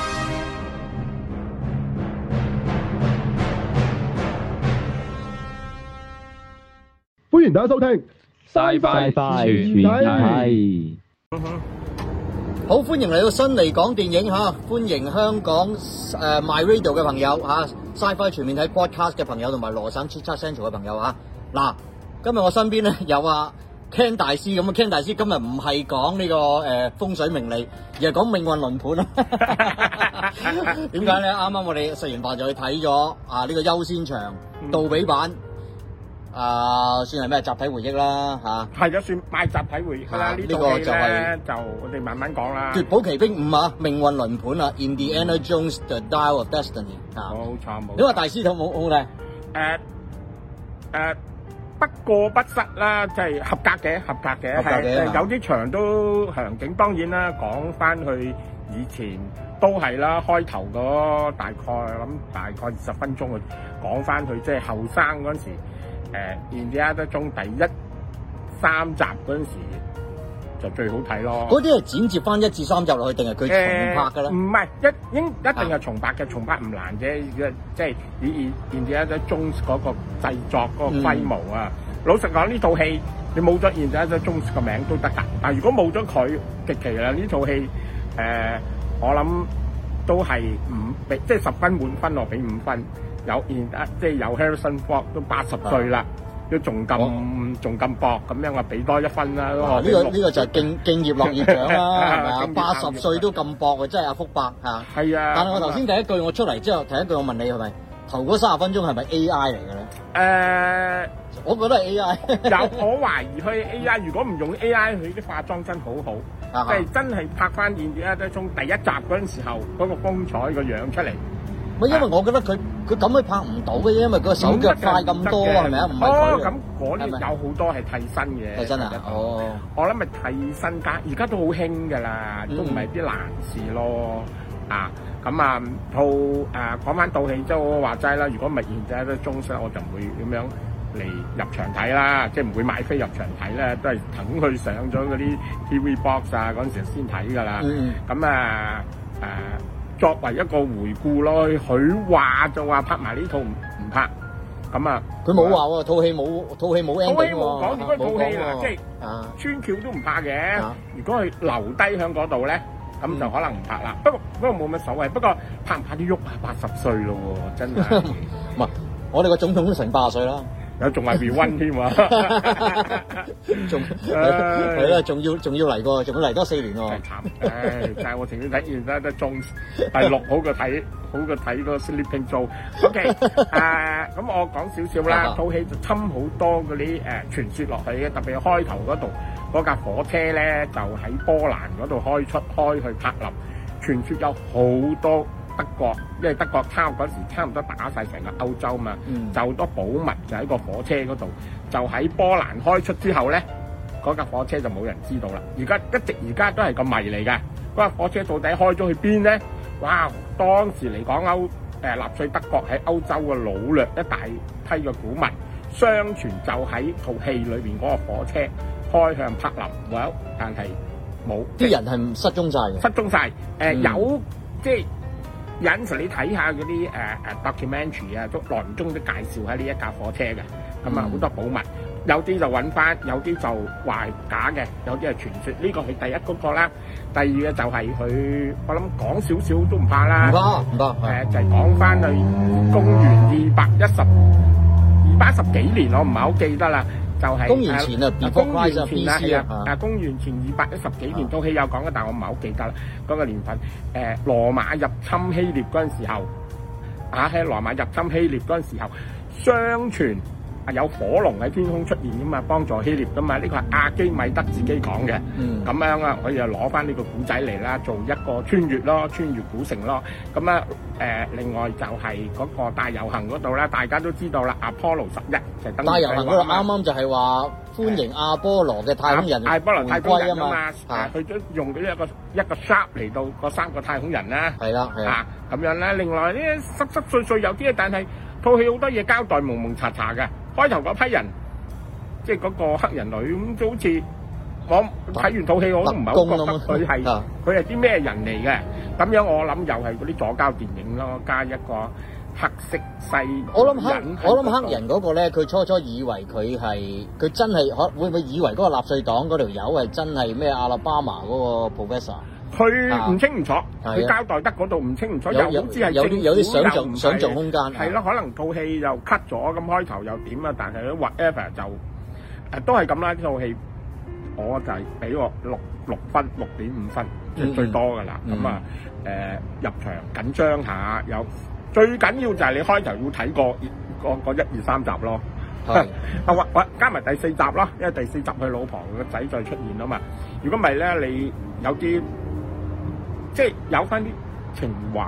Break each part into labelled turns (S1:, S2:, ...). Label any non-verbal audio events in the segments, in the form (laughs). S1: 歡迎大家收聽
S2: Sci-Fi 全面睇
S3: 好歡迎嚟到新嚟港電影嚇，歡迎香港誒、呃 My Radio 嘅朋友嚇，Sci-Fi 全面睇 Podcast 嘅朋友同埋羅省 Chit Chat Central 嘅朋友嚇。嗱，今日我身邊咧有啊 Ken 大師咁啊，Ken 大師今日唔係講呢個誒、呃風水命理，而係講命運輪盤啊。點解咧？啱啱我哋食完飯就去睇咗啊呢個優先場杜比版啊，算係咩集體回憶啦嚇。
S4: 係咗算賣集體回憶啦，
S3: 啊
S4: 呢
S3: 呢個
S4: 套戲
S3: 就係
S4: 咧就我哋慢慢講啦。
S3: 奪寶奇兵五啊，命運輪盤啊，Indiana Jones The Dial of Destiny 啊。
S4: 冇錯冇
S3: 你話
S4: 錯。
S3: 大師有冇好咧？
S4: 哦誒誒，不過不失啦，即係合格嘅，合格嘅。
S3: 合格嘅
S4: 係
S3: 啊
S4: 有啲場都場景，當然啦，講翻去以前都係啦，開頭嗰大概諗大概二十分鐘去講翻佢即係後生嗰陣時，誒《然之後得中第一三集嗰陣時就最好睇咯。
S3: 嗰啲係剪接翻一至三集落去，定係佢重拍㗎
S4: 誒
S3: 啦？
S4: 呃唔係一應一定係重拍嘅，重拍唔難啫，即係以現現而家中嗰個製作嗰個規模啊。老實講，呢套戲你冇咗現而家中個名都得㗎，但係如果冇咗佢，極其啦呢套戲誒，我諗都係五俾即係十分滿分，我俾五分。有現啊，即係有 Harrison Ford 都八十
S3: 啊
S4: 歲啦，都仲咁仲咁搏，咁樣我俾多一分啦。
S3: 嗱哦啊呢個呢個就係
S4: (laughs)
S3: 敬敬業樂業獎啦，係咪啊？
S4: 哦敬業樂業
S3: 八十歲都咁搏啊，真係阿福伯嚇。
S4: 係啊，
S3: 但係我頭先第一句我出嚟之後，第一句我問你係咪頭嗰三十分鐘係咪 AI 嚟嘅咧？
S4: 誒。
S3: 我覺得係 AI (laughs)
S4: 有我懷疑佢 AI，如果唔用 AI，佢啲化妝真好好，
S3: 啊
S4: 即 (laughs) 係真係拍翻《現月一堆中》第一集嗰陣時候嗰個風采個樣出嚟，
S3: 唔係因為我覺得佢佢咁樣拍唔到嘅，因為佢個手腳快咁多係咪啊？唔係
S4: 哦，
S3: 佢
S4: 咁
S3: 係
S4: 嗰
S3: 咪
S4: 啲有好多係替身嘅，
S3: 係真啊！哦。
S4: 我諗咪替身加，而家都好興噶啦，都唔係啲難事咯。啊，咁啊套誒講翻套戲，即係我話齋啦。如果唔係現者都中式，我就唔會咁樣嚟入場睇啦，即係唔會買飛入場睇咧，都係等佢上咗嗰啲 TV box 啊嗰陣時先睇噶啦。
S3: 嗯
S4: 咁啊誒，作為一個回顧咯，佢話就話拍埋呢套唔唔拍，咁啊
S3: 佢冇話喎，套戲冇套戲冇 ending 喎，
S4: 冇講點解
S3: 冇
S4: 套戲嗱
S3: 講喎
S4: 即係
S3: 啊，
S4: 穿橋都唔怕嘅
S3: 啊。嗯
S4: 如果佢留低喺嗰度咧，咁就可能唔拍啦。不過不過冇乜所謂。不過拍唔拍啲喐啊？八十歲咯喎，真
S3: (laughs)
S4: 係
S3: 唔係我哋個總統都成八十歲啦，
S4: 有仲係 rewin 添啊
S3: (laughs)
S4: 喎，
S3: 仲
S4: 唉
S3: 係啦，仲要仲要嚟過，仲要嚟多四年
S4: (laughs) 真係
S3: 喎。
S4: 慘。唉，但係我情願睇完啦，得中第六好過睇，好過睇嗰個 Sleeping Joe。OK，誒
S3: (laughs)
S4: 咁我講少少
S3: 啊
S4: 啦。套戲就侵好多嗰啲誒傳說落去嘅，特別係開頭嗰度嗰架火車咧，就喺波蘭嗰度開出開去柏林。傳説有好多德國，因為德國差嗰時差唔多打晒成個歐洲嘛，
S3: 嗯
S4: 就好多寶物就喺個火車嗰度，就喺波蘭開出之後咧，嗰架火車就冇人知道啦。而家一直而家都係個謎嚟嘅，嗰架火車到底開咗去邊咧？哇！當時嚟講歐誒納粹德國喺歐洲嘅擄掠一大批嘅古物，相傳就喺套戲裏邊嗰個火車開向柏林，well, 但係冇
S3: 啲人係失蹤晒嘅，
S4: 失蹤晒。誒、
S3: 嗯
S4: 有即係有陣時你睇下嗰啲誒誒 documentary 啊，都耐唔中都介紹下呢一架火車嘅。咁啊
S3: 嗯
S4: 好多寶物，有啲就揾翻，有啲就話係假嘅，有啲係傳說。呢、個係第一嗰個啦，第二嘅就係佢，我諗講少少都唔怕
S3: 唔
S4: 啦。
S3: 怕唔
S4: 誒、
S3: 怕，
S4: 就係講翻去公元二百一十二百一十幾年，我唔係好記得啦。就係、
S3: 公元前啊
S4: 誒
S3: before
S4: 公
S3: Christ 啊
S4: 元前啦，
S3: BC
S4: 係
S3: 啊
S4: 啊，啊公元前二百一十幾年
S3: 啊
S4: 套戲有講嘅，但我唔係好記得啦。嗰、個年份誒、羅馬入侵 À, 希臘嗰陣時候，啊喺羅馬入侵希臘嗰陣時候，相傳係有火龍喺天空出現噶嘛，幫助希臘噶嘛，呢個係阿基米德自己講嘅。
S3: 嗯，
S4: 咁樣啊，我就攞翻呢個古仔嚟啦，做一個穿越咯，穿越古城咯。咁啊，誒、另外就係嗰個大遊行嗰度啦，大家都知道啦，Apollo 十一就登啊
S3: 大
S4: 月
S3: 遊
S4: 計
S3: 行嗰
S4: 劃
S3: 度
S4: 啊嘛
S3: 啱啱就係話歡迎阿波羅嘅太空人
S4: 阿波羅
S3: 回
S4: 太空
S3: 歸啊
S4: 人啊
S3: 嘛，
S4: 嘛
S3: 嚇，，
S4: 佢都用咗一個一個 sharp 嚟到嗰三個太空人啦，
S3: 係啦係啦，
S4: 啊咁樣啦。另外呢濕濕碎碎有啲嘢，但係套戲好多嘢交代蒙蒙查查嘅。開頭嗰批人，即係嗰個黑人女咁，都好似我睇完套戲我都唔
S3: 特工
S4: 係好覺得佢係
S3: 咁啊
S4: 佢係啲咩人嚟嘅。咁樣我諗又係嗰啲左膠電影咯，加一個黑色西
S3: 我諗黑
S4: 人喺
S3: 我諗
S4: 嗰度
S3: 黑人嗰個咧，佢初初以為佢係佢真係可會唔會以為嗰個納粹黨嗰條友係真係咩阿拉巴馬嗰個 professor？啊
S4: 佢唔清唔楚，
S3: 啊
S4: 佢交代得嗰度唔清唔楚，又
S3: 有
S4: 好
S3: 有
S4: 似係
S3: 有啲有啲想像想像
S4: 像
S3: 空間，啊
S4: 係咯，可能套戲又 cut 咗，咁開頭又點啊？但係咧 whatever 就誒都係咁啦，呢套戲我就係俾我六六分六點五分，即
S3: 嗯
S4: 係最多噶啦。
S3: 嗯
S4: 咁啊誒入場緊張下，有最緊要就係你開頭要睇過嗰嗰一二三集咯。
S3: 係
S4: 啊，或或加埋第四集啦，因為第四集佢老婆個仔再出現啊嘛。如果唔係咧，你有啲即係有翻啲情懷，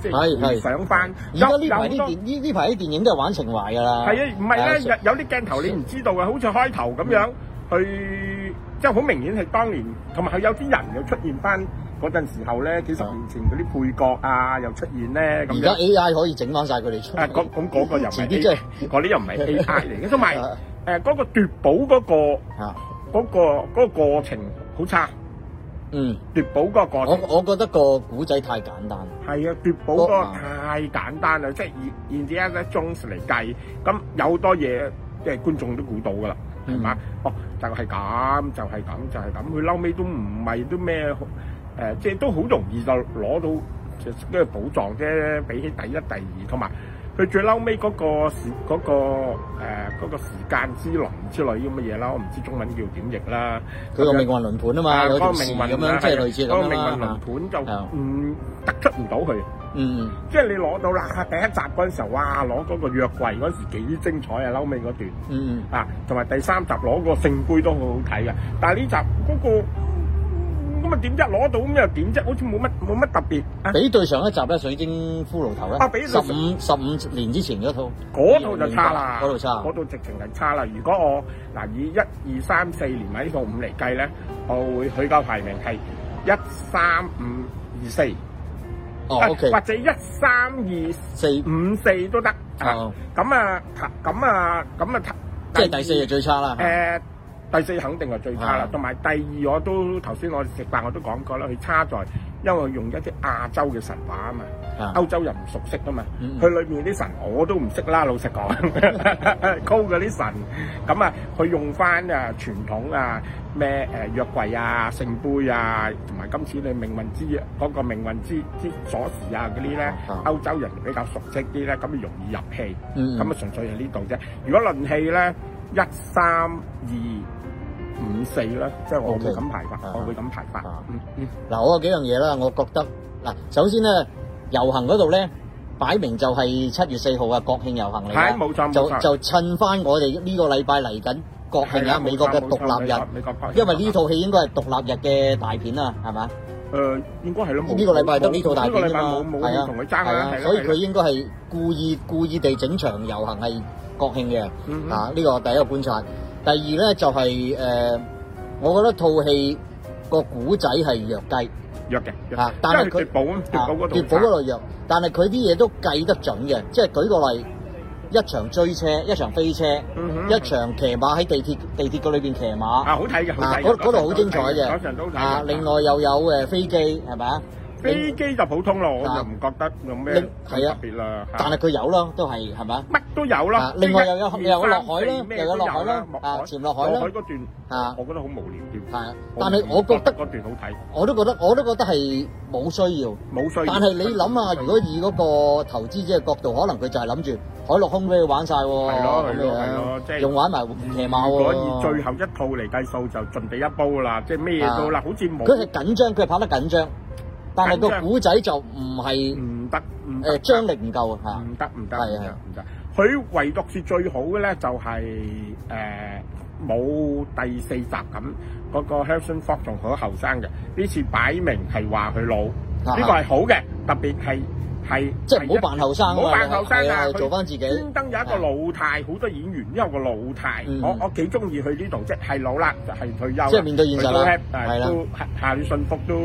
S4: 即
S3: 係
S4: 係
S3: 係
S4: 回想翻。
S3: 而家呢
S4: 有
S3: 排啲
S4: 有好多
S3: 電呢呢排啲電影都係玩情懷㗎啦。
S4: 係啊，唔係
S3: 係
S4: 咧，有有啲鏡頭你唔知道啊嘅，好似開頭咁樣，
S3: 嗯
S4: 佢即係好明顯係當年，同埋佢有啲人又出現翻嗰陣時候咧，幾十年前嗰啲配角啊，又出現咧咁
S3: 啊而家
S4: 樣。
S3: AI 可以整翻晒佢哋出
S4: 啊，
S3: 嚟。
S4: 咁咁嗰個又唔
S3: 遲
S4: 係
S3: 啲真
S4: A，
S3: 係
S4: 嗰啲又唔係 AI 嚟嘅，
S3: (laughs)
S4: 同埋
S3: 啊
S4: 誒嗰個奪寶嗰個。
S3: 啊
S4: 嗰、個嗰、個過程好差，
S3: 嗯，
S4: 奪寶嗰個過
S3: 我
S4: 程
S3: 我覺得個古仔太簡單。
S4: 係啊，奪寶嗰
S3: 哦
S4: 個太簡單啦，即係以現之一咧 Jones 嚟計，咁有好多嘢即係觀眾都估到噶啦，係嘛？哦，就係、咁，就係、咁，就係、咁，佢嬲尾都唔係都咩好誒，即係都好容易就攞到即係嗰個寶藏啫，比起第一、第二，同埋佢最嬲尾嗰個時嗰、個誒嗰、個時間之輪之類咁嘅嘢啦，我唔知中文叫點譯啦。
S3: 佢個命運輪盤啊嘛，有條
S4: 個
S3: 線
S4: 命運
S3: 咁樣，即係類似咁啊
S4: 個
S3: 樣
S4: 命運
S3: 啦。
S4: 輪盤就
S3: 啊
S4: 唔突出唔到佢，
S3: 嗯，
S4: 即係你攞到啦第一集嗰陣時候，哇攞嗰個約櫃嗰陣時幾精彩啊，嬲尾嗰段
S3: 嗯嗯
S4: 啊，同埋第三集攞個聖杯都好好睇嘅，但係呢集嗰、個。咁啊點啫？攞到咁又點啫？好似冇乜冇乜特別啊
S3: 嗯，！比對上一集咧《水晶骷髏頭》
S4: 啊
S3: 咧，
S4: 比
S3: 十
S4: 對
S3: 五十五年之前嗰套，
S4: 嗰度就差啦，
S3: 嗰度差
S4: 嗰度直情係差啦。如果我嗱以一二三四連埋呢個五嚟計咧，我會佢個排名係一三五二四，
S3: 哦
S4: 啊
S3: ，OK，
S4: 或者一三二
S3: 四，
S4: 五四都得啊。
S3: 哦，
S4: 咁啊，咁啊，咁啊，
S3: 即係第四就最差啦。
S4: 誒，呃第四肯定係最差啦
S3: 啊。
S4: 同埋第二，我都頭先我食飯我都講過啦，佢差在因為用一啲亞洲嘅神話啊嘛，
S3: 啊
S4: 歐洲人唔熟悉啊嘛。
S3: 嗯
S4: 佢裏面啲神我都唔識啦，老實講， (laughs) 高嗰啲神，咁啊，佢用翻啊傳統啊咩誒約櫃啊、聖杯啊，同埋今次你命運之嗰、個命運之之鎖匙啊嗰啲咧
S3: 啊，
S4: 歐洲人比較熟悉啲咧，咁啊容易入戲，
S3: 嗯
S4: 咁啊純粹係呢度啫。如果論戲咧，一三二五四啦，即係我會
S3: OK
S4: 咁排法
S3: 啊
S4: 我會咁排法
S3: 啊。
S4: 嗯嗯，
S3: 嗱，我有幾樣嘢啦，我覺得嗱，首先咧，遊行嗰度咧，擺明就係七月四號啊，國慶遊行嚟
S4: 係
S3: 啦，
S4: 冇錯冇
S3: 就
S4: 錯。
S3: 就趁翻我哋呢個禮拜嚟緊國
S4: 係
S3: 慶
S4: 啦
S3: 啊，美國嘅
S4: 冇錯
S3: 獨立日，
S4: 美國
S3: 因為呢套戲應該係獨立日嘅大片啊，係嘛？
S4: 誒應該係咯，冇
S3: 呢個禮拜得呢套大片
S4: 呢個禮拜
S3: 啊
S4: 冇
S3: 嘛，
S4: 冇
S3: 係
S4: 冇
S3: 啊
S4: 同佢爭
S3: 係
S4: 啦，係
S3: 啊
S4: 啦，
S3: 所以
S4: 係
S3: 佢
S4: 啦
S3: 應該係故意故意地整場遊行係國慶嘅。
S4: 嗯嗯
S3: 啊，呢個第一個觀察。第二咧就係、呃我覺得套戲個古仔係弱雞
S4: 弱嘅，弱
S3: 啊，但
S4: 因為
S3: 係
S4: 佢
S3: 佢
S4: 奪寶啊奪寶嗰度
S3: 奪寶嗰度弱，但係佢啲嘢都計得準嘅，即係舉個例，一場追車，一場飛車，
S4: 嗯哼
S3: 一場騎馬喺地鐵地鐵嗰裏邊騎馬。
S4: 啊好睇嘅，好
S3: 啊
S4: 睇！嘅
S3: 嗰嗰度好精彩
S4: 嗰
S3: 嘅
S4: 場都好睇，
S3: 啊！另外又有誒飛機係咪啊？
S4: 飛機就普通咯，我
S3: 啊
S4: 就唔覺得有咩
S3: 另
S4: 咁
S3: 係啊
S4: 特別啦。嚇
S3: 但係佢有咯，都係係咪啊？
S4: 乜都有啦
S3: 啊，另外
S4: 即係
S3: 又有
S4: 一
S3: 又有
S4: 二
S3: 落
S4: 三
S3: 海啦
S4: 四咩
S3: 又有
S4: 都
S3: 落海啦
S4: 落
S3: 啊
S4: 海
S3: 潛落海啦
S4: 落海嗰段
S3: 啊
S4: 我覺得好無聊添。
S3: 係，但係我覺得
S4: 嗰段好睇，
S3: 我都覺得我都覺得係冇需要。
S4: 冇需要。
S3: 但係你諗下，如果以嗰個投資者嘅角度，可能佢就係諗住海陸空俾佢玩晒喎，
S4: 係咯
S3: 哦咁
S4: 係咯係咯即
S3: 樣
S4: 係
S3: 用玩埋騎馬
S4: 如果以最
S3: 喎。
S4: 後一套嚟計數，就盡地一煲啦，即係咩都啦，好似冇
S3: 啊佢係緊張，佢係拍得緊張，但係
S4: 緊
S3: 個
S4: 張嗯
S3: 古仔就唔係
S4: 唔得唔得
S3: 誒張力唔夠啊
S4: 唔得唔得
S3: 係
S4: 唔
S3: 係啊
S4: 得唔得，去佢唯獨是最好嘅咧，就係誒冇第四集咁嗰、個 Harrison Ford 仲好後生嘅，呢次擺明係話佢老，呢
S3: 啊
S4: 個係好嘅，特別係係
S3: 即係唔好扮後生啊嘛，
S4: 唔好扮後生
S3: 係
S4: 啊
S3: 啊，
S4: 佢
S3: 做翻自己。
S4: 專登有一個老太，好多演員都有個老太，
S3: 嗯
S4: 我我幾中意佢呢度，即係老啦，就係退休啦，
S3: 即係面對現實啦
S4: 佢
S3: 係啦
S4: 都 happy，誒都夏夏雨信福都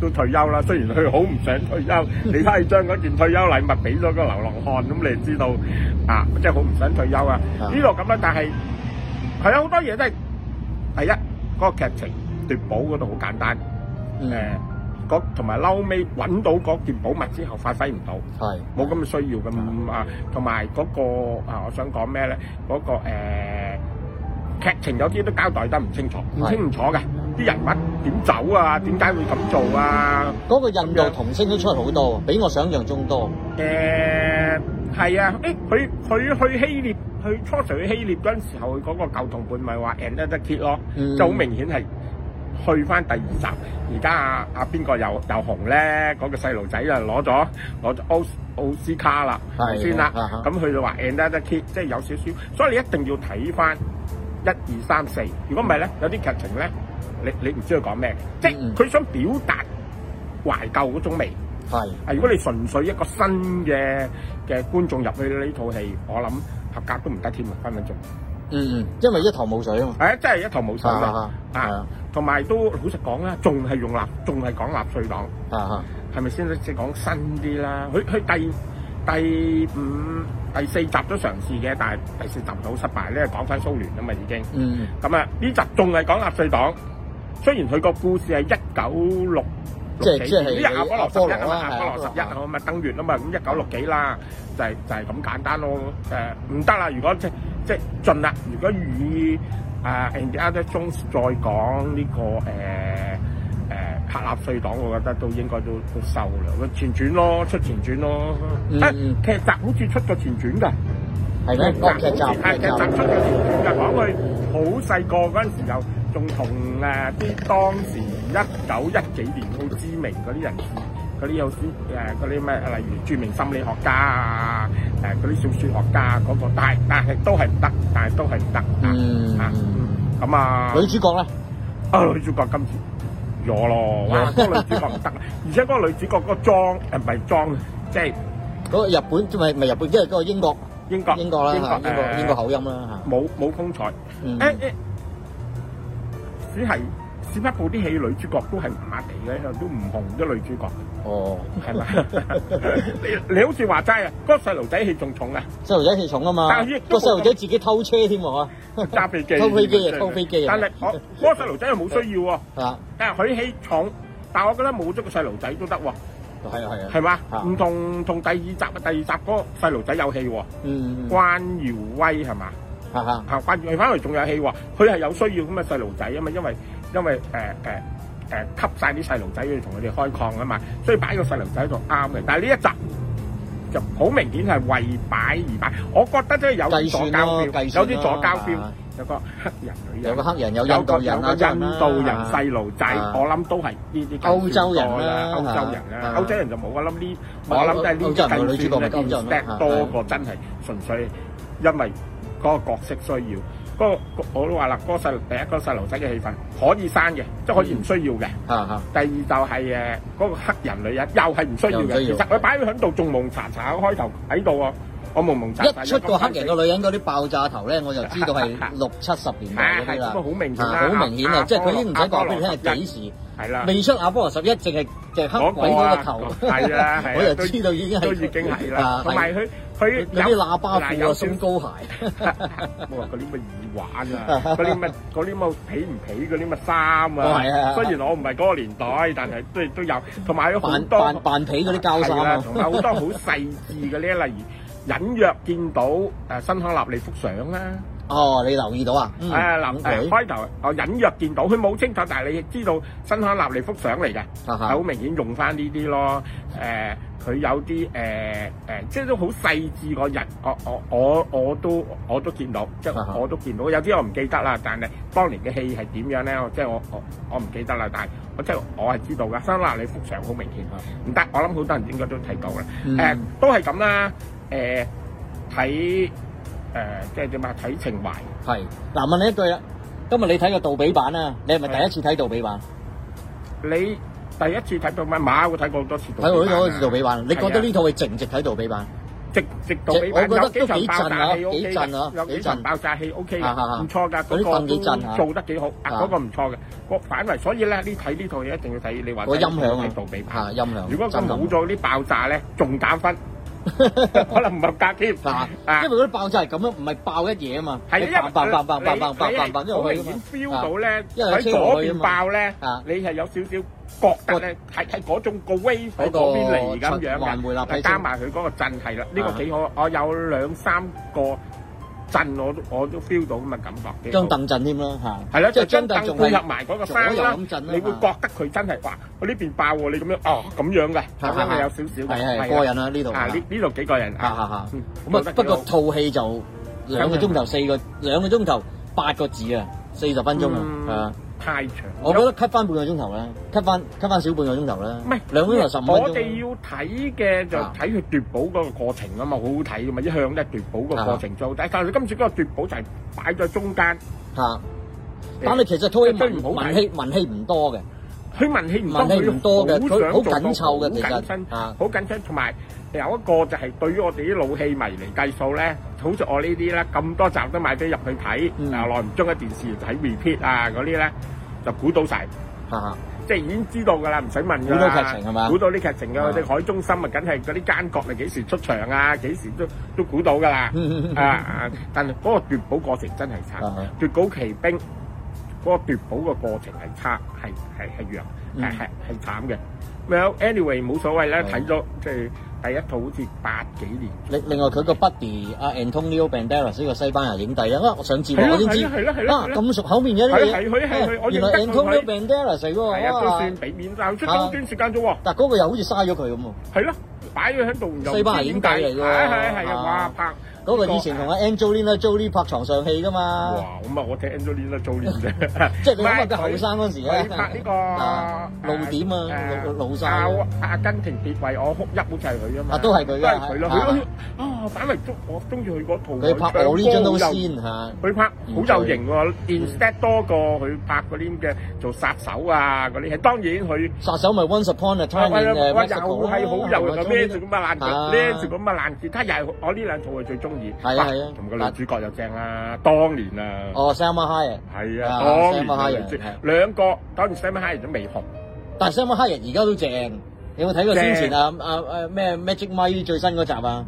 S4: 都退休啦，雖然佢好唔想退休，你睇佢將嗰件退休禮物俾咗個流浪漢，咁你就知道啊，即係好唔想退休啊！
S3: 啊
S4: 呢度咁樣，但係係有好多嘢都係第一嗰個劇情奪寶嗰度好簡單，
S3: 嗯
S4: 誒嗰同埋嬲尾揾到嗰件寶物之後發揮唔到。
S3: 係
S4: 冇咁嘅需要咁啊，同埋嗰個啊，我想講咩咧？嗰、個、呃、劇情有啲都交代得唔清楚，唔
S3: 係
S4: 清唔楚嘅，啲人物點走啊？點解會咁做啊？
S3: 嗰個印度童星都出好多，比我想象中多。
S4: 誒、係啊，誒、佢佢去希臘，去初時去希臘嗰陣時候，嗰、個舊同伴咪話 another kid 咯，
S3: 嗯
S4: 就好明顯係去翻第二集。而家啊啊邊個又又紅咧？嗰、個細路仔啊攞咗攞咗奧斯奧斯卡啦，
S3: 係
S4: 先啦。
S3: 啊哈
S4: 咁佢就話 another kid，即係有少少，所以你一定要睇翻一二三四。如果唔係咧，有啲劇情咧，你你唔知佢講咩嘅，即係
S3: 嗯嗯嗯
S4: 佢想表達懷舊嗰種味。
S3: 係
S4: 啊！如果你純粹一個新嘅嘅觀眾入去呢套戲，我諗合格都唔得添啊，分分鐘。
S3: 嗯嗯，因為一頭冇水啊嘛。
S4: 係啊，真係一頭冇手
S3: 啊
S4: 啦。
S3: 啊
S4: 啊，同埋都老實講啦，仲係用納，仲係講納粹黨，
S3: 啊啊！
S4: 係咪先？即係講新啲啦。佢佢第第五、第四集都嘗試嘅，但係第四集就好失敗咧，講翻蘇聯啊嘛已經。
S3: 嗯
S4: 咁啊，呢集仲係講納粹黨，雖然佢個故事係一九六
S3: 即係即係
S4: 呢阿波羅十一啊嘛，
S3: 阿
S4: 阿
S3: 波羅啦
S4: 波羅十一啊嘛，登月啊嘛，咁一九六幾啦，就係就係咁簡單咯。誒唔得啦，如果即即盡啦，如果以啊 a n d i a n Jones 再講呢個誒誒克納粹黨，我覺得都應該都都收啦。佢前傳咯，出前傳咯。
S3: 嗯
S4: 啊
S3: 嗯
S4: 劇集好似出過前傳㗎。
S3: 係咩？個劇集
S4: 係嗯劇集出咗條片嘅，講佢好細個嗰陣時又仲同誒啲當時一九一幾年好知名嗰啲人士，嗰啲有啲誒嗰啲咩，例如著名心理學家啊，誒嗰啲小説學家嗰、個，但係但係都係唔得，但係都係唔得。
S3: 嗯
S4: 啊咁啊，
S3: 女主角咧，
S4: 啊女主角今次咗咯，哇！嗰個女主角唔得，而且嗰個女主角嗰個裝誒唔係裝，即係
S3: 嗰個日本即係咪日本，即係嗰個英國
S4: 英國
S3: 英國啦，
S4: 哦英國
S3: 嚇英國
S4: 誒
S3: 英國口音啦
S4: 冇冇風采。
S3: 嚇。嗯
S4: 誒誒，只係史匹堡啲戲女主角都係麻麻地嘅，都唔紅啲女主角，
S3: 哦，
S4: 係咪？
S3: (laughs)
S4: 你你好似話齋啊，嗰、個細路仔戲仲重啊，
S3: 細路仔氣重啊嘛
S4: 但係呢，
S3: 個細路仔自己偷車添喎
S4: 揸飛機，
S3: 偷飛機啊偷飛機啊
S4: 但係我嗰、個細路仔又冇需要喎、
S3: 嚇。啊，
S4: 但係佢戲重。但我覺得冇咗個細路仔都得喎，
S3: 係啊係啊，
S4: 係嘛？
S3: 啊
S4: 唔同同第二集啊，第二集嗰個細路仔有戲喎，
S3: 嗯，嗯
S4: 關耀威係嘛？
S3: 嚇嚇，
S4: 行啊關佢翻嚟仲有氣喎，佢係有需要咁嘅細路仔啊嘛，因為因為誒誒誒吸晒啲細路仔去同佢哋開礦啊嘛，所以擺個細路仔喺度啱嘅。但係呢一集就好明顯係為擺而擺，我覺得即係有
S3: 計
S4: 啲
S3: 算
S4: 左
S3: 咯，計
S4: 交標，
S3: 算
S4: 有
S3: 咯
S4: 啲左交標
S3: 啊，
S4: 有個黑人女
S3: 有
S4: 人
S3: 個。黑人，有
S4: 有
S3: 印
S4: 個
S3: 度
S4: 有
S3: 人
S4: 個
S3: 啊，真係啦
S4: 印度人細路仔
S3: 啊，
S4: 我諗都係呢啲
S3: 歐洲人啦
S4: 歐洲人
S3: 啊
S4: 啦，歐洲人就冇，我諗呢，
S3: 啊
S4: 我諗都係呢
S3: 歐
S4: 啲
S3: 洲人個女主角咪
S4: 計
S3: 歐洲
S4: 算
S3: 人咯
S4: 咧
S3: 啊
S4: respect 多過真係純粹因為嗰個角色需要。嗰個我都話啦，嗰個細第一嗰個細路仔嘅氣氛可以生嘅，即係可以唔需要嘅。
S3: 嚇嚇，
S4: 第二就係誒嗰個黑人女人又係唔需要
S3: 又唔
S4: 嘅，
S3: 需要
S4: 其實佢擺佢喺度仲蒙查查，開頭喺度啊，我蒙蒙查查。
S3: 一出個黑人個女人嗰啲爆炸頭咧，我就知道
S4: (laughs)
S3: 係六七十年代
S4: 啊，
S3: 嗰
S4: 係
S3: 啲
S4: 咁啊，
S3: 啦
S4: 好。明顯啦
S3: 啊，，好明顯啊！即係佢已經唔使講俾你聽係幾
S4: 幾
S3: 時，
S4: 係啦。
S3: 未出阿波羅十一，淨係淨係黑
S4: 嗰
S3: 鬼
S4: 個
S3: 嗰
S4: 啊
S3: 個頭，
S4: 係啦，係啦
S3: (laughs) 我就
S4: 都
S3: 知道已經係
S4: 都已經係
S3: 啊
S4: 啦。同埋佢佢
S3: 有啲喇叭
S4: 嗱
S3: 褲啊，
S4: 有少
S3: 鬆高鞋，
S4: 我話嗰啲乜耳環啊，嗰啲乜嗰啲乜皮唔皮嗰啲乜衫
S3: 哦係啊
S4: 啊。雖然我唔係嗰個年代，但係都都有，同埋佢好
S3: 扮
S4: 多
S3: 扮扮皮嗰啲膠衫
S4: 係啦
S3: 啊，
S4: 同埋好多好細緻嘅呢，例如隱約見到誒新康納利幅相啦。
S3: 哦，你留意到啊？嗯
S4: 誒林誒
S3: 好
S4: 開頭我隱約見到，佢冇清楚，但係你亦知道新康納利幅相嚟嘅。
S3: 哈
S4: 係好
S3: 哈
S4: 明顯用翻呢啲咯。誒、佢有啲誒誒，即係都好細緻個人。我我我我都我都見到，即
S3: 啊哈
S4: 係我都見到。有啲我唔記得啦，但係當年嘅戲係點樣咧？我即係我我我唔記得啦，但係我即係我係知道㗎。辛辣你幅相
S3: 啊 Ừ,
S4: À. 呃好明顯，唔得，我諗好多人應該都睇到啦。誒、
S3: 嗯
S4: 都係咁啦。誒、睇誒，即係點啊？睇情懷。
S3: 係嗱，問你一句啦，今日你睇個杜比版啊，你係咪第一次睇杜比版？
S4: 你第一次睇到乜馬？我睇過好多次杜比
S3: 睇
S4: 版啊。
S3: 過呢個杜比版，你覺
S4: 係
S3: 得
S4: 啊
S3: 呢套戲值唔值睇杜比版？
S4: 直直到尾
S3: 我覺
S4: 班
S3: 得
S4: 有
S3: 都
S4: 幾
S3: 幾
S4: 場爆
S3: 震啊
S4: 炸氣 O
S3: 幾
S4: K
S3: 震啊
S4: 嘅，有
S3: 幾
S4: 幾
S3: 震
S4: 場爆炸氣 O K
S3: 啊啊啊
S4: 嘅，唔錯
S3: 嗰
S4: 㗎，
S3: 啲
S4: 嗰個
S3: 瞓幾震啊
S4: 都做得幾好，啊
S3: 啊
S4: 嗰個唔錯嘅，個反為所以咧，呢睇呢套嘢一定要睇你話
S3: 個音響啊
S4: 睇杜比
S3: 啊，
S4: 版。
S3: 音量。
S4: 如果佢
S3: 震撼
S4: 冇咗啲爆炸咧，仲減分，可能唔合格添。
S3: 嗱，
S4: 啊
S3: 因為嗰啲爆炸係咁樣，唔係爆一嘢啊嘛，
S4: 係因為
S3: 係爆爆爆爆爆爆爆爆，因
S4: 好
S3: 為
S4: 明
S3: 佢啊
S4: 顯
S3: 嘛
S4: feel 到咧，
S3: 因為有
S4: 喺
S3: 車落
S4: 左
S3: 去啊
S4: 邊
S3: 嘛
S4: 爆咧
S3: 啊，
S4: 你係有少少覺得咧，係係嗰種個 wave 喺
S3: 嗰個
S4: 嗰邊嚟咁樣嘅
S3: 環。回立體
S4: 加埋佢嗰個震係啦，呢個幾好。我有兩三個震我都我都 feel 到咁嘅感覺。
S3: 聲，張凳震添啦嚇，
S4: 係啦，
S3: 即係
S4: 即係
S3: 張
S4: 張
S3: 凳仲
S4: 凳
S3: 係
S4: 配合埋嗰個
S3: 左
S4: 山
S3: 右
S4: 啦，
S3: 咁震啦，
S4: 你會覺得佢真係哇！我呢邊爆喎，你咁樣哦咁樣嘅，咁樣嘅有少少
S3: 係
S4: 嘅，
S3: 係過癮啦呢度
S4: 啊！呢呢度幾個人
S3: 嚇
S4: 啊，
S3: 嚇嚇。
S4: 嗯
S3: 咁
S4: 覺
S3: 啊，
S4: 得
S3: 不
S4: 幾好
S3: 過套戲就兩個鐘頭四個兩個鐘頭八個字啊，四十分鐘啊，
S4: 嗯
S3: 係啊，
S4: 太長，
S3: 我覺得 cut 翻半個鐘頭啦，cut 翻 cut 翻少半個鐘頭啦，
S4: 唔係
S3: 兩個鐘頭十五分
S4: 我
S3: 鐘啊
S4: 哋
S3: 啦。
S4: 要睇嘅就
S3: 啊
S4: 睇佢奪寶嗰個過程啊嘛，好好睇噶嘛，一向都係奪寶個過程最好睇。但係佢今次嗰個奪寶就係擺咗中間，
S3: 嚇，但係其實套戲
S4: 即
S3: 文
S4: 係唔好睇
S3: 文戲文戲唔多嘅，
S4: 佢文氣唔多，
S3: 文戲唔多嘅，佢
S4: 佢
S3: 好
S4: 好想
S3: 緊
S4: 做
S3: 湊
S4: 到
S3: 嘅其
S4: 好緊身
S3: 實啊。
S4: 好緊張，同埋有一個就係對於我哋啲老戲迷嚟計數咧，好似我呢啲咧咁多集都買飛入去睇，
S3: 嗯
S4: 啊耐唔中嘅電視睇 repeat À, 啊嗰啲咧就估到晒，
S3: 嚇嚇
S4: 即係已經知道㗎啦，唔使問㗎
S3: 估到劇
S4: 啦。
S3: 情係嘛
S4: 估？到啲劇情㗎，
S3: 啊。
S4: 啲海中心啊，梗係嗰啲奸角係幾時出場啊，幾時都都估到㗎啦
S3: 嗯嗯
S4: (laughs) 啊啊！但係嗰個奪寶過程真係差。
S3: 嗯
S4: 奪寶奇兵嗰個奪寶嘅過程係差，係係係弱，
S3: 嗯
S4: 係係係慘嘅。Well anyway 冇所謂啦，
S3: 係
S4: 睇咗即係第一套好似八幾年，
S3: (laughs) 另另外佢個 buddy 阿 Antonio Banderas 呢個西班牙影帝啦，啊我上字幕
S4: 係
S3: 我
S4: 咯
S3: 已經知
S4: 係咯係咯係
S3: 啊
S4: 咯係咯，
S3: 咁熟口面嘅呢
S4: 係佢係佢
S3: 嘢，
S4: 我認
S3: 原
S4: 得
S3: 來
S4: 佢
S3: Antonio
S4: 佢
S3: Banderas 嚟
S4: 係啊
S3: 喎，
S4: 都
S3: 哇
S4: 算俾面，但係出咗段時間啫喎，
S3: 但嗰個又好似嘥咗佢咁喎，
S4: 係咯，擺咗喺度又唔知
S3: 西班牙影帝嚟㗎喎
S4: 點解係係係
S3: 啊
S4: 啊，哇拍
S3: 嗰個
S4: 呢個
S3: 以前同阿 Angelina Jolie 拍床上戲噶嘛，
S4: 哇咁啊，我睇 Angelina Jolie
S3: (laughs)
S4: 啫，
S3: 即係你諗下
S4: 唔係
S3: 佢後生嗰
S4: (laughs)
S3: 時
S4: 佢拍呢
S3: 咧，啊露點啊，
S4: 個誒
S3: 露露
S4: 阿
S3: 曬。
S4: 阿根廷別為我哭泣好似係佢啊嘛，
S3: 啊都係佢㗎
S4: 都係佢
S3: 係
S4: 啦，佢啊反為中我中意佢嗰套，
S3: 佢拍
S4: 唱歌
S3: original
S4: 又
S3: 先嚇，
S4: 佢拍好有型喎，instead 多過佢拍嗰啲咁嘅做殺手啊嗰啲，係當然佢
S3: 殺手咪 Once Upon a
S4: 哇
S3: Time
S4: 哇
S3: in
S4: 又
S3: uh, Mexico 啦，
S4: 係好有型，孭住咁嘅爛
S3: 啊
S4: 吉，孭住咁嘅爛吉他，又係我呢兩套係最中意。
S3: 係啊
S4: 哇
S3: 係啊
S4: 同個女主角又正啦，當年啊，
S3: 哦 Salma Hayek。
S4: 係
S3: 啊
S4: 啊，當年
S3: Salma
S4: 啊
S3: Hayek，
S4: 女主
S3: 係
S4: 兩個，當然 Sam High 都未紅。
S3: 但係 Sam h a y e 而家都正，你有冇睇過先前啊啊啊咩 Magic Mike 最新嗰集啊？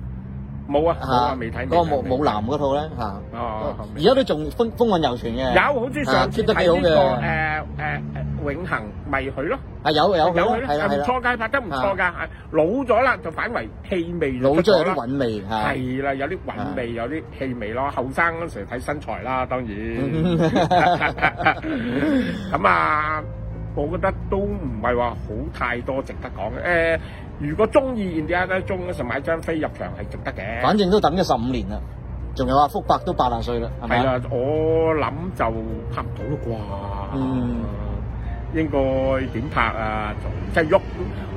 S4: 冇啊，冇啊
S3: 嚇，
S4: 未睇。
S3: 嗰
S4: 未
S3: 個
S4: 睇
S3: 冇冇。男嗰套咧嚇，
S4: 哦，
S3: 而家都仲風風韻猶存嘅。
S4: 有好似上次
S3: 啊，keep 得幾
S4: 睇
S3: 好
S4: 呢個
S3: 嘅，
S4: 誒誒誒永恆咪佢咯，
S3: 係有有佢
S4: 有佢
S3: 啦，係啦
S4: 咯，
S3: 係啊
S4: 唔
S3: 啦，
S4: 錯㗎，拍得唔錯㗎，係老咗啦就反為氣味
S3: 老
S4: 就
S3: 咗
S4: 出
S3: 有
S4: 咗
S3: 啲
S4: 啦。
S3: 韻味嚇。
S4: 係啦，有啲韻味，有啲氣味咯。後生嗰時睇身材啦，
S3: (laughs)
S4: 當然。咁啊，我覺得都唔係話好太多值得講嘅。誒，如果中意 Indiana Jones 嗰時買張飛入場係值得 (laughs) 嘅。
S3: 反正都等咗十五年啦，仲有阿福伯都八廿歲啦，係咪
S4: 係
S3: 啊？
S4: 啦，我諗就拍唔到啦啩。
S3: 嗯
S4: 應該點拍啊？即係喐，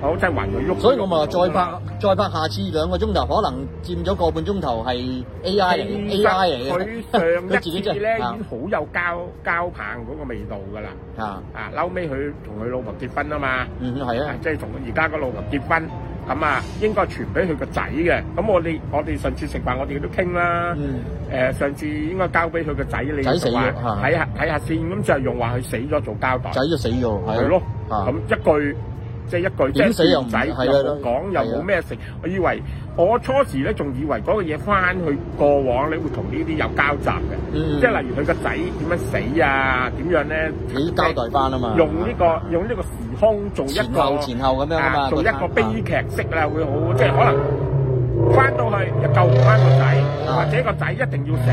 S4: 好即係還佢喐。
S3: 所以我咪話再拍再拍下次兩個鐘頭，可能佔咗個半鐘頭係 AI 嚟嘅
S4: 其實
S3: ，AI 嚟嘅
S4: 佢上
S3: 佢自己
S4: 一次
S3: 真係
S4: 咧已經
S3: 啊
S4: 好有膠膠棒嗰個味道㗎啦。
S3: 嚇，
S4: 啊，嬲尾佢同佢老婆結婚啊嘛，
S3: 嗯係啊，
S4: 啊即係同佢而家個老婆結婚，咁啊應該傳俾佢個仔嘅。咁我哋我哋上次食飯我哋都傾啦，
S3: 嗯
S4: 誒、上次應該交俾佢個仔你
S3: 仔死
S4: 就
S3: 咗
S4: 話
S3: 啊
S4: 睇下睇下先，咁就用話佢死咗做交代，
S3: 仔都死咗，
S4: 係
S3: 係咯
S4: 咯，，
S3: 啊
S4: 咁一句。即係一句，即
S3: 點死
S4: 係
S3: 又唔
S4: 唔仔又
S3: 係啦
S4: 冇講，又
S3: 係啊
S4: 冇咩食。我以為我初時咧，仲以為嗰個嘢翻去過往咧，會同呢啲有交集嘅。
S3: 嗯，
S4: 即係例如佢個仔點樣死啊，點樣咧？
S3: 你交代翻啊嘛，
S4: 用呢、個用呢個時空做一
S3: 前
S4: 個
S3: 後前後咁樣啊嘛，
S4: 啊做一個
S3: 餐
S4: 悲劇式啦，會好即係可能翻到去又救唔翻個仔，
S3: 啊
S4: 或者個仔一定要死。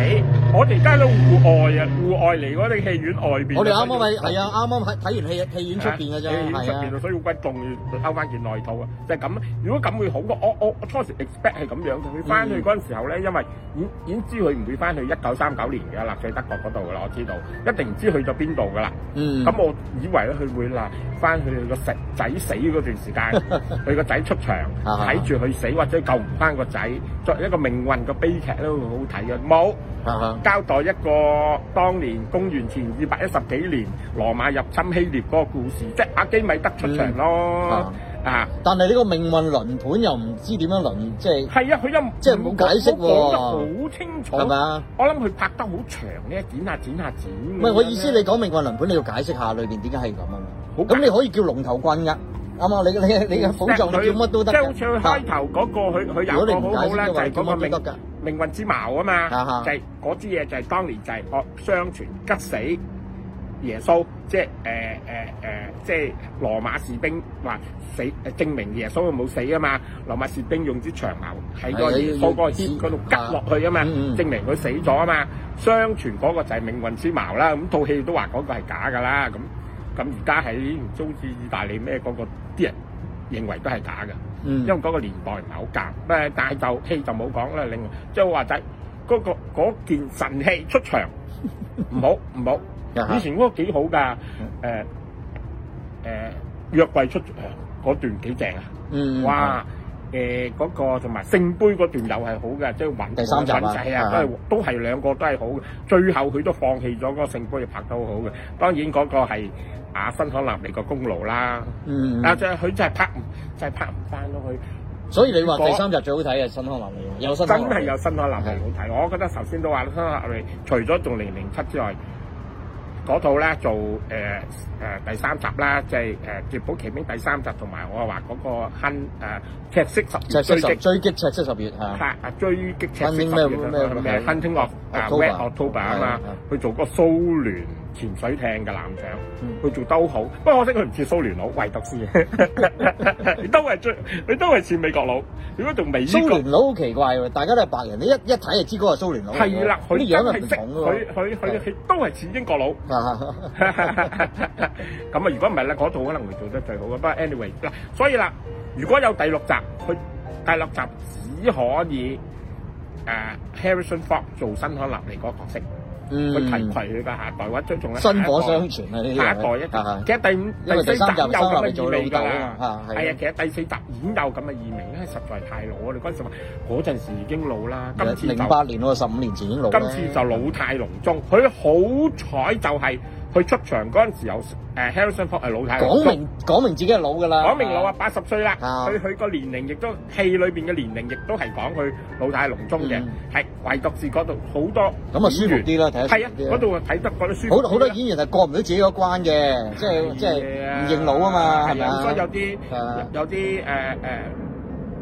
S4: 我哋而家都戶外啊，戶外嚟嗰啲戲院外邊。
S3: 我哋啱啱咪係啊，啱啱喺睇完戲戲院出邊嘅啫，
S4: 戲院出
S3: 係啊
S4: 邊，所以好鬼凍，要偷翻件內套啊！就係咁。如果咁會好過，我我我初時 expect 係咁樣嘅。佢翻去嗰陣時候咧，因為已經已經知佢唔會翻去一九三九年嘅納粹德國嗰度噶啦，我知道一定唔知去咗邊度噶啦。
S3: 嗯，
S4: 咁我以為咧佢會嗱翻去佢個仔仔死嗰段時間，佢個仔出場
S3: 啊
S4: 睇住佢死或者救唔翻個個仔作為一個命運嘅悲劇都好睇嘅，冇
S3: 啊
S4: 交代一個當年公元前二百一十幾年羅馬入侵希臘嗰個故事，即係阿基米德出場
S3: 哈
S4: 咯
S3: 啊！
S4: 啊，
S3: 但係呢個命運輪盤又唔知點樣輪，即係
S4: 係啊，佢又
S3: 即係冇解釋喎
S4: 講得好清楚
S3: 係。咪啊？
S4: 我諗佢拍得好長咧，剪下剪下剪咁樣
S3: 唔
S4: 呢。
S3: 係我意思，你講命運輪盤，你要解釋下裏邊點解係咁啊嘛。
S4: 好
S3: 咁你可以叫龍頭棍㗎，啱啊！你你你嘅輔助你叫乜都得
S4: 即係好似
S3: 㗎。
S4: 佢開頭嗰個，佢佢
S3: 如果
S4: 有
S3: 你
S4: 個
S3: 唔
S4: 好
S3: 解
S4: 好
S3: 釋
S4: 咧，
S3: 嘅
S4: 就
S3: 話，
S4: 係
S3: 叫
S4: 嗰個
S3: 乜
S4: 命
S3: 都得㗎。
S4: 命運之矛啊嘛，
S3: 啊哈
S4: 就係嗰支嘢就係當年就係我相傳吉死耶穌，即係誒誒誒，即係羅馬士兵話死誒證明耶穌冇死啊嘛，羅馬士兵用支長矛喺個
S3: 係
S4: 耶穌嗰個肩嗰度拮落去啊嘛，
S3: 嗯嗯
S4: 證明佢死咗啊嘛，相傳嗰個就係命運之矛啦，咁套戲都話嗰個係假㗎啦，咁咁而家喺唔知好似意大利咩嗰個啲人認為都係假㗎。
S3: 嗯
S4: 因為嗰個年代唔係好夾，誒但係就戲就冇講啦。另外即係話就係嗰個嗰件神
S3: (laughs)
S4: 器出場，唔好唔好。
S3: 啊哈
S4: 以前嗰個幾好㗎，誒誒約櫃出場嗰段幾正啊！
S3: 嗯，
S4: 哇！誒嗰個同埋聖杯嗰段又係好嘅，即係揾
S3: 第三集啊
S4: 揾仔
S3: 啊
S4: 啊，都係都係兩個都係好嘅。最後佢都放棄咗嗰個聖杯，拍得好好嘅。當然嗰個係阿辛可納利個功勞啦。
S3: 嗯，
S4: 啊！就係佢就係拍唔就係拍唔翻咯，佢。
S3: 所以你話第三集最好睇係新康南嚟，有新
S4: 真
S3: 康
S4: 係
S3: 南
S4: 有新海立嚟好睇。我覺得頭先都話啦，新海立除咗做零零七之外，嗰套咧做誒誒、呃第三集啦，即係誒《奪寶奇兵》第三集，同埋我話嗰個亨誒、呃赤色十
S3: 赤
S4: 月追
S3: 色十
S4: 擊。
S3: 追擊赤色十月嚇。
S4: 拍啊追擊赤色十
S3: Hunting 咩咩
S4: 月
S3: 咩
S4: 咩 Hunting of 啊
S3: October
S4: Red October 啊
S3: 係
S4: 嘛
S3: 啊，
S4: 佢做個蘇聯潛水艇嘅艦長
S3: 嗯，
S4: 佢做得好，不過可惜佢唔似蘇聯佬，唯獨是 (laughs) 佢都係最佢都係似美國佬，如果同美
S3: 蘇
S4: 國
S3: 聯佬好奇怪喎，大家都係白人，你一一睇就知嗰個係蘇聯佬嚟嘅。
S4: 係啦，佢
S3: 啲
S4: 真
S3: 樣係
S4: 係
S3: 唔
S4: 識，
S3: 同嘅
S4: 佢佢佢佢都係似英國佬。 (laughs)
S3: 喎。
S4: 咁啊，如果唔係咧，嗰套可能會做得最好嘅。不過 anyway 嗱，所以啦，如果有第六集，佢第六集只可以誒、Harrison Ford 做辛可納利嗰個角色，
S3: (laughs) 嗯
S4: 佢提攜佢嘅下一代或者仲有
S3: 薪火
S4: 下一代
S3: 相傳啊！呢啲
S4: 下一代一
S3: 係係
S4: 定。其實第五、
S3: 因為
S4: 第
S3: 第
S4: 四
S3: 三
S4: 集
S3: 集
S4: 有
S3: 生落
S4: 咁
S3: 嚟
S4: 嘅意
S3: 做
S4: 味
S3: 老
S4: 㗎
S3: 豆
S4: 啦
S3: 啊。嘛，嚇
S4: 係啊
S3: 係，
S4: 其實第四集已經有咁嘅意味，因為實在太老，我哋嗰陣時話嗰陣時已經老啦，今次就
S3: 零八年喎，十五年前已經老啦
S4: 今次就老態龍鍾。佢好彩就係佢出場嗰陣時有誒 Harrison Ford 係老態龍
S3: 講
S4: 鍾，
S3: 明講明自己係老㗎啦，
S4: 講明老啊，八十歲啦。
S3: 啊
S4: 佢佢個年齡亦都戲裏邊嘅年齡亦都係講佢老態龍鍾嘅
S3: 嗯，
S4: 係唯獨是嗰度好多
S3: 咁啊舒服
S4: 演員
S3: 啲啦，睇得
S4: 係啊
S3: 舒，服啲
S4: 嗰
S3: 啦
S4: 度啊睇得覺得舒服
S3: 好
S4: 啲啦。
S3: 多好多演員係過唔到自己嗰關嘅，即係即係唔認老啊嘛，係咪
S4: 啊？所以有
S3: 啊？
S4: 啲
S3: 啊
S4: 有啲誒誒，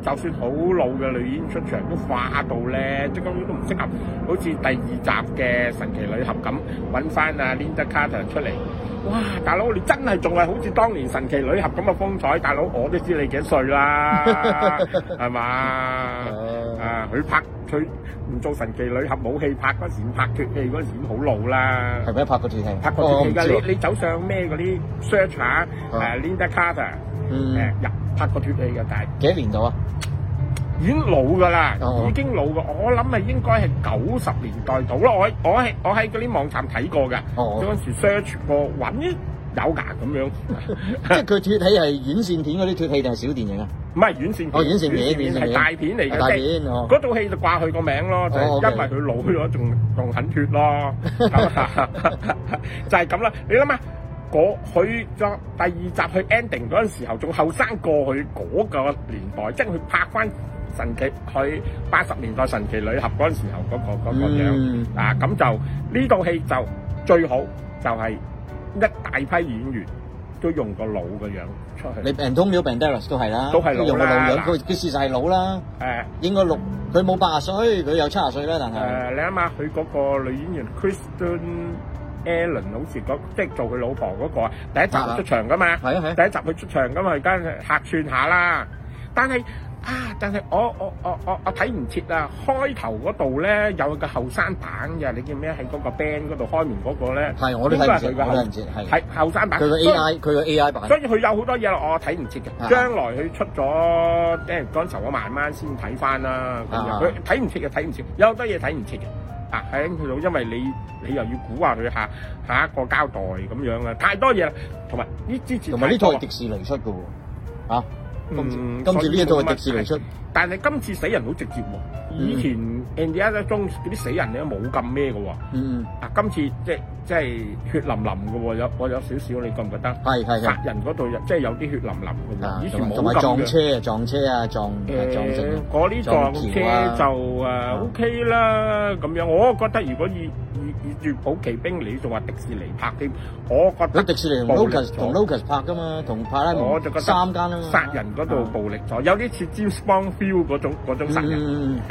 S4: 就算好老嘅女演出場都化到咧，即係根本都唔適合。好似第二集嘅神奇女俠咁，揾翻啊 Linda Carter 出嚟。哇！大佬，你真係仲係好似當年神奇女俠咁嘅風采，大佬我都知你幾歲
S3: (laughs)
S4: 啦，係嘛？啊！佢拍佢唔做神奇女俠冇戲拍嗰時，拍脱戲嗰時已經好老啦。
S3: 係咪拍過脱戲？
S4: 拍
S3: 哦
S4: 過
S3: 我唔
S4: 脱戲
S3: 知
S4: 㗎，
S3: 啊喎
S4: 你你走上咩嗰啲 search 下誒 Linda Carter 誒
S3: 嗯，
S4: 入拍過脱戲嘅，但係
S3: 幾多年度啊？
S4: 已經老㗎啦
S3: 哦，
S4: 已經老㗎。我諗係應該係九十年代到咯。我我係我喺嗰啲網站睇過㗎，
S3: 哦，
S4: (laughs) 嗰陣時 search 過揾咦有㗎咁樣，
S3: 即係佢脱戲係院線片嗰啲脱戲定係小電影啊？
S4: 唔係院線
S3: 哦，
S4: 片，
S3: 院線片，院線
S4: 係
S3: 片，
S4: 大片嚟
S3: 大
S4: 嘅，即係啊
S3: 片哦。
S4: 嗰套戲就掛佢個名咯，就
S3: 哦，OK
S4: 係因為佢老
S3: (laughs)
S4: 咗，仲仲肯脱咯，咁啊 (laughs) 就係咁啦。你諗下，嗰佢作第二集去 ending 嗰陣時候，仲後生過佢嗰個年代，即係佢拍翻神奇，佢八十年代神奇女俠嗰陣時候嗰、個嗰、個樣。
S3: 嗯，
S4: 啊，咁就呢套戲就最好就係一大批演員都用個老嘅樣出去。
S3: 你 Antonio Banderas 都係啦，
S4: 都係老啦
S3: 用個老樣，
S4: 嗱
S3: 佢佢事實係老啦，
S4: 誒、
S3: 應該六，佢冇八十歲，佢有七十歲啦，但
S4: 誒、
S3: 係
S4: 你諗下佢嗰個女演員 Kristen Allen 好似嗰即係做佢老婆嗰、個啊，第一集佢出場噶嘛，
S3: 係啊係啊
S4: 第一集佢出場噶嘛，而家客串下啦。但係啊，但係我我我我我睇唔切啊！開頭嗰度咧有個後生版嘅，你叫咩？喺嗰個 band 嗰度開門嗰個咧，
S3: 係我都睇唔切，
S4: 應該係佢
S3: 我都睇唔切，係
S4: 係後生版。
S3: 佢個
S4: 所以
S3: AI 佢個 AI 版
S4: 所以佢有好多嘢我睇唔切
S3: 啊
S4: 嘅，將來佢出咗即係嗰陣時候，我慢慢先睇翻啦。咁
S3: 啊
S4: 樣佢睇唔切嘅，睇唔切，有好多嘢睇唔切嘅。啊，喺佢度，因為你你又要估下佢下下一個交代咁樣啊，太多嘢啦。同埋呢之前
S3: 同埋呢套係
S4: 太多
S3: 迪士尼出嘅喎，嚇、
S4: 嗯
S3: 今次呢一套
S4: 所以
S3: 係
S4: 冇乜
S3: 迪士尼出，嗯
S4: 但係今次死人好直接喎、以前 Indiana Jones 嗰啲死人咧冇咁咩嘅喎，
S3: 嗯，
S4: 啊今次即即係血淋淋嘅喎，有我有少少你覺唔覺得？
S3: 係係係
S4: 殺人嗰度有即係有啲血淋淋嘅
S3: 啊
S4: 喎，以前
S3: 同埋
S4: 冇
S3: 同埋
S4: 咁
S3: 撞
S4: 嘅。
S3: 車啊，撞車啊，撞
S4: 誒
S3: 撞成
S4: 嗰啲撞
S3: 撞
S4: 車
S3: 橋啊
S4: 就誒 ờ, OK 啦，咁樣我覺得如果以以以奪寶奇兵，你仲話迪士尼拍添，我覺
S3: 嗰
S4: 得
S3: 迪士尼同
S4: 暴力
S3: Lucas
S4: 咗
S3: 同 Lucas 拍噶嘛，同派拉蒙
S4: 我就覺得
S3: 三間啊嘛，
S4: 殺人嗰度暴力咗，有啲似 James Bond feel 嗰種嗰種
S3: Ừ,
S4: 殺人。
S3: 嗯
S4: (laughs)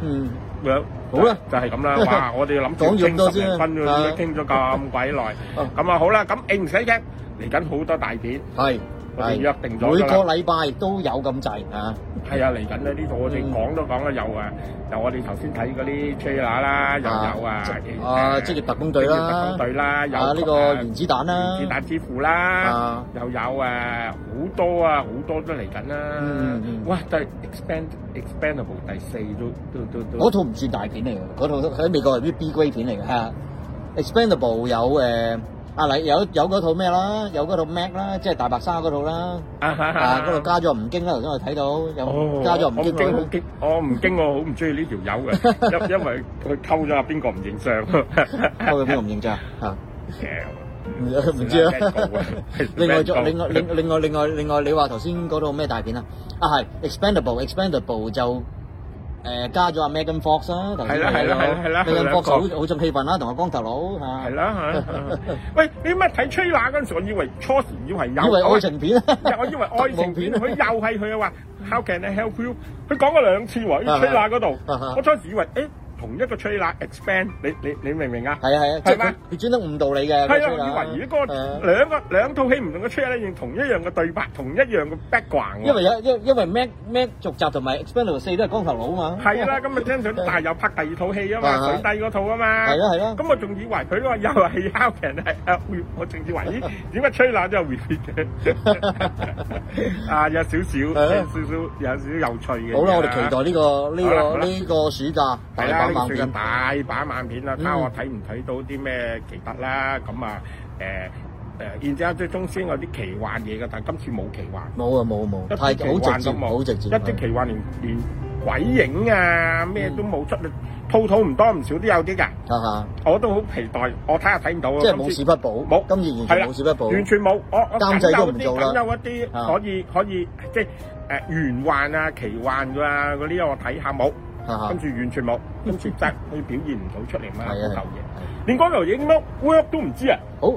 S3: 嗯，
S4: 咁
S3: 好啦，
S4: 就係咁啦。哇！我哋諗住
S3: 講越多
S4: 傾十
S3: 先啊
S4: 零分鐘，
S3: 啊
S4: 傾咗咁鬼耐。
S3: 哦
S4: 咁啊好啦，咁誒唔使驚，嚟緊好多大片，
S3: 係
S4: 我哋
S3: 係
S4: 約定
S3: 每
S4: 咗㗎
S3: 個
S4: 啦。
S3: 禮拜都有咁滯啊，
S4: 係啊，嚟緊咧呢度我哋
S3: 嗯
S4: 講都講啦，有啊，有我哋頭先睇嗰啲 trailer 啦，又有啊
S3: 啊，啊職業特工隊
S4: 職業特
S3: 啦
S4: 工，隊啦，有
S3: 啊呢個原子彈啦
S4: 原子彈之父啦，
S3: 啊
S4: 又有啊好多啊好多都嚟緊啦
S3: 嗯嗯。
S4: 哇！但係 expand expandable 第四都都都都
S3: 嗰套唔算大片嚟嘅，嗰套喺美國係啲 B grade 片嚟嘅嚇。Expendable 有誒啊嚟有有嗰套咩啦，有嗰套 Mac 啦，即係大白鯊嗰套啦，
S4: 啊哈哈
S3: 啊嗰度加咗吳京啦，頭先我睇到有
S4: 哦，
S3: 加咗吳京
S4: 我唔
S3: 落去
S4: 驚，我唔驚，我好唔中意呢條
S3: (laughs)
S4: 友嘅，因因為佢溝咗阿邊個唔認相，
S3: 溝佢邊個唔認咋
S4: (laughs)
S3: 嚇？ (laughs) 唔唔知啊。 (laughs) 另外仲另外另另外另外另外，你話頭先嗰套咩大片啊？啊係 Expendable Expendable 就誒加咗阿 Megan Fox 啦，頭先
S4: 係啦係啦係啦係啦
S3: ，Megan
S4: 佢
S3: Fox
S4: 兩個
S3: 好好仲氣憤啦，同阿光頭佬嚇
S4: 係，啦嚇，喂，你乜睇吹喇嗰陣時，我以為初時以為有
S3: 以為愛情片啊。
S4: 我以為愛情片，
S3: 特務
S4: 佢又
S3: (laughs)
S4: 係佢啊話 How can I help you？佢講過兩次喎，
S3: 啊
S4: 喺吹喇嗰度
S3: 啊啊，
S4: 我初時以為誒同一個吹喇 expand，你你你明唔明啊？
S3: 係啊係啊，即係
S4: 係嘛
S3: 佢佢專登誤導你嘅，
S4: 係啊，
S3: 佢吹啦
S4: 我以為嗰
S3: 係
S4: 個
S3: 啊
S4: 兩個兩套戲唔同嘅車咧，用同一樣嘅對白，同一樣嘅 background 喎
S3: 因為有因因為 Mac Mac 續集同埋 Expendable 四都係光頭佬啊嘛，
S4: 係啦，咁啊聽上但係又拍第二套戲啊
S3: 啊
S4: 嘛，水底嗰套啊嘛。
S3: 係咯係咯，
S4: 咁我仲以為佢話又係 How can I help you？我仲以為咦點解吹冷都有 repeat (laughs) 嘅？啊，有少少有
S3: 啊
S4: 少少有少少有趣嘅。
S3: 好啦，我哋期待呢個呢
S4: 好啦好
S3: 個
S4: 啦
S3: 呢個暑假大
S4: 係啦，
S3: 版
S4: 呢
S3: 漫
S4: 最近
S3: 片，
S4: 大把萬片啦，睇下
S3: 嗯
S4: 我睇唔睇到啲咩奇特啦。咁啊誒誒，然之後最終先有啲奇幻嘢嘅，但係今次冇奇幻。
S3: 冇啊冇冇，
S4: 一啲
S3: 太
S4: 奇
S3: 好
S4: 幻
S3: 直接
S4: 都冇
S3: 好直接，
S4: 一啲奇幻連連鬼影啊咩都冇出，套套唔多唔少都有啲㗎。
S3: 嚇嚇，
S4: 我都好期待，我睇下睇唔到啊
S3: 即係冇
S4: 今
S3: 事
S4: 次
S3: 不補，
S4: 冇
S3: 今次完
S4: 係啦
S3: 全冇事不補
S4: 完，全冇，我我
S3: 監製都唔做啦
S4: 梗有一啲
S3: 啊
S4: 可以可以即係誒玄幻啊、奇幻㗎啊嗰啲，我睇下冇，
S3: 嚇嚇
S4: 跟，住完
S3: (laughs)
S4: 全冇，跟住真係佢表現唔到出嚟嘛
S3: 係
S4: 嗰
S3: 啊
S4: 嚿嘢，連嗰嚿嘢點樣 work 都唔知啊！
S3: 好，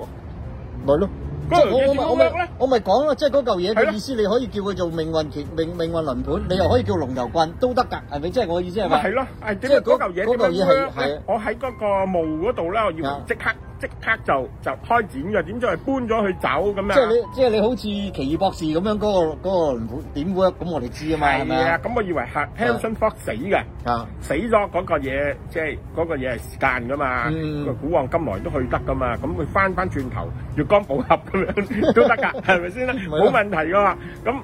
S3: 咪咯。即
S4: 嗰
S3: 係
S4: 嚿
S3: 我我
S4: 嘢點
S3: 咪
S4: 樣
S3: 我咪
S4: work 咧？
S3: 我咪講咯，即係嗰嚿嘢
S4: 係
S3: 嘅
S4: 咯
S3: 意思，你可以叫佢做命運奇命命運輪盤，你又可以叫龍頭棍都得㗎，係咪？即係我意思係話
S4: 咪係，咯，係點
S3: 即係
S4: 解
S3: 嗰
S4: 嗰嚿嘢
S3: 嗰
S4: 點
S3: 嚿嘢係
S4: 樣 work
S3: 係
S4: 咧？我喺嗰個墓嗰度咧，我以為
S3: 啊
S4: 即刻即刻就就開展嘅，點知係搬咗佢走咁樣。
S3: 即係你即係你好似奇異博士咁樣嗰、個嗰、個點 work，咁我哋知啊嘛，係
S4: 係
S3: 咪啊？，
S4: 啊咁我以為係 Harrison Ford 死嘅，
S3: 啊，
S4: 死咗嗰個嘢，即係嗰個嘢係時間噶嘛，
S3: 嗯
S4: 個古往今來都去得噶嘛，咁佢翻翻轉頭月光寶盒
S3: (laughs)
S4: 咁樣都得㗎，係咪先啦？
S3: 咪咯
S4: 冇問題㗎嘛，咁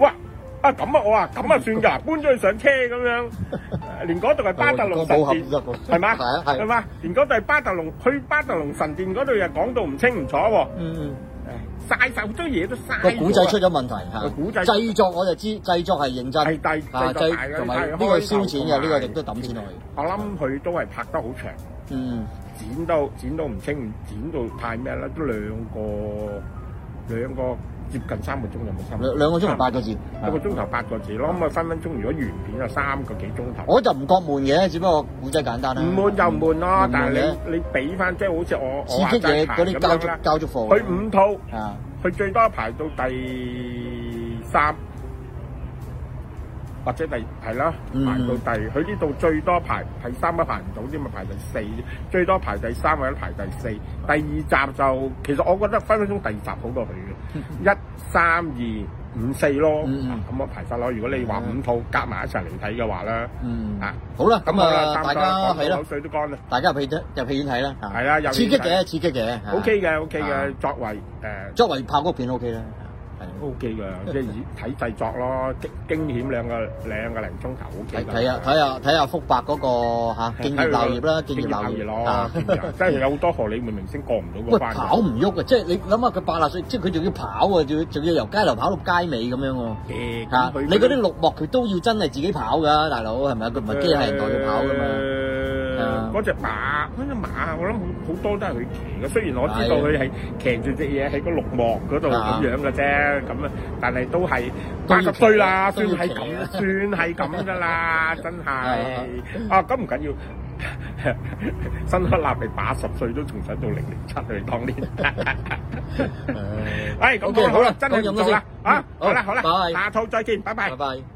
S4: 哇啊咁啊，我話咁啊算㗎，搬咗佢上車咁樣，連嗰度係巴特龍神
S3: 冇合
S4: 殿
S3: 得喎，
S4: 係嘛？
S3: 係啊，
S4: 係
S3: 係。
S4: 嘛？連嗰度係巴特龍，去巴特龍神殿嗰度又講到唔清唔楚喎，
S3: 嗯，
S4: 唉嘥晒好多嘢都嘥咗啊。
S3: 個古仔出咗問題
S4: 個
S3: 嚇，
S4: 古仔
S3: 製作我就知製作係認真，
S4: 係第第
S3: 啊製同埋呢個燒錢嘅，呢個亦都抌錢落去。
S4: 我諗佢都係拍得好長，
S3: 嗯，
S4: 剪到剪到唔清，剪到太咩啦，都兩個兩個接近三個鐘有冇三
S3: 兩兩個鐘頭八個啊字，
S4: 一個鐘頭八個字咯，咁啊分分鐘如果原片啊三個幾鐘頭。
S3: 我就唔覺悶嘅，只不過古仔簡單啦。嗯
S4: 唔悶就唔悶咯
S3: 唔悶，
S4: 但係
S3: 嘅
S4: 你你俾翻即係好似我我話
S3: 刺激嘢
S4: 齋
S3: 嗰啲
S4: 咁
S3: 交
S4: 樣
S3: 足
S4: 啦，
S3: 交足貨。
S4: 佢五套。
S3: 啊，
S4: 佢最多排到第三，或者第係啦，
S3: 嗯
S4: 排到第佢呢度最多排第三都排唔到啫嘛，排第四，最多排第三或者排第四。第二集就其實我覺得分分鐘第二集
S3: (laughs)
S4: 好過佢嘅，一三二五四咯，
S3: 嗯嗯
S4: 啊咁我排法咯。如果你話五套夾埋一齊嚟睇嘅話啦，
S3: 嗯
S4: 啊，
S3: 好啦，咁
S4: 好啦
S3: 啊，
S4: 差唔
S3: 大
S4: 多
S3: 家
S4: 啦講
S3: 係
S4: 到
S3: 啦
S4: 口，水都乾啦。
S3: 大家入戲入戲院睇啦。嚇
S4: 係啊啦有戲
S3: 刺激
S4: 睇
S3: 嘅，刺激嘅。嚇
S4: OK 嘅，OK
S3: 啊
S4: 嘅，作為誒。
S3: 作為拍嗰片 OK 啦，係。
S4: O K 㗎，即係以睇製作咯，驚驚險兩個兩個零鐘頭 O K
S3: 睇
S4: 㗎。
S3: 睇下睇下睇下福伯嗰個嚇
S4: 係
S3: 敬業鬧業啦，敬
S4: 敬
S3: 業
S4: 業
S3: 鬧
S4: 鬧
S3: 業
S4: 業
S3: 啊
S4: 咯，
S3: (laughs)
S4: 敬業真係有好多荷里活明星過唔到
S3: 喂，
S4: 嗰關㗎。
S3: 跑唔喐啊！即係你諗下，佢八廿歲，即係佢仲要跑啊，仲要仲要由街頭跑到街尾咁樣喎。
S4: 嘅，
S3: 嚇
S4: 咁！佢
S3: 你嗰啲綠幕佢都要真係自己跑㗎，大佬係咪啊？佢唔係機械人代佢跑㗎嘛。啊
S4: 誒嗰只馬，嗰只馬，我諗好好多都係佢騎嘅。雖然我知道佢係騎住隻嘢喺個綠幕嗰度
S3: 啊
S4: 咁樣嘅啫，咁啊，但係都係
S3: 都要
S4: 八十歲啦，
S3: 騎
S4: 算
S3: 都要
S4: 係
S3: 騎
S4: 咁，算係咁噶啦，真係。啊，咁唔緊要。 (laughs) 新克納利八十歲都仲想到零零七去當年。誒，咁
S3: OK，
S4: 好
S3: 好啦
S4: 啦，真係
S3: 講
S4: 唔
S3: 咁多
S4: 做啦，
S3: 先
S4: 啊，好啦
S3: 好
S4: 好啦
S3: 拜拜，
S4: À, 下套再見，拜拜
S3: 拜。拜。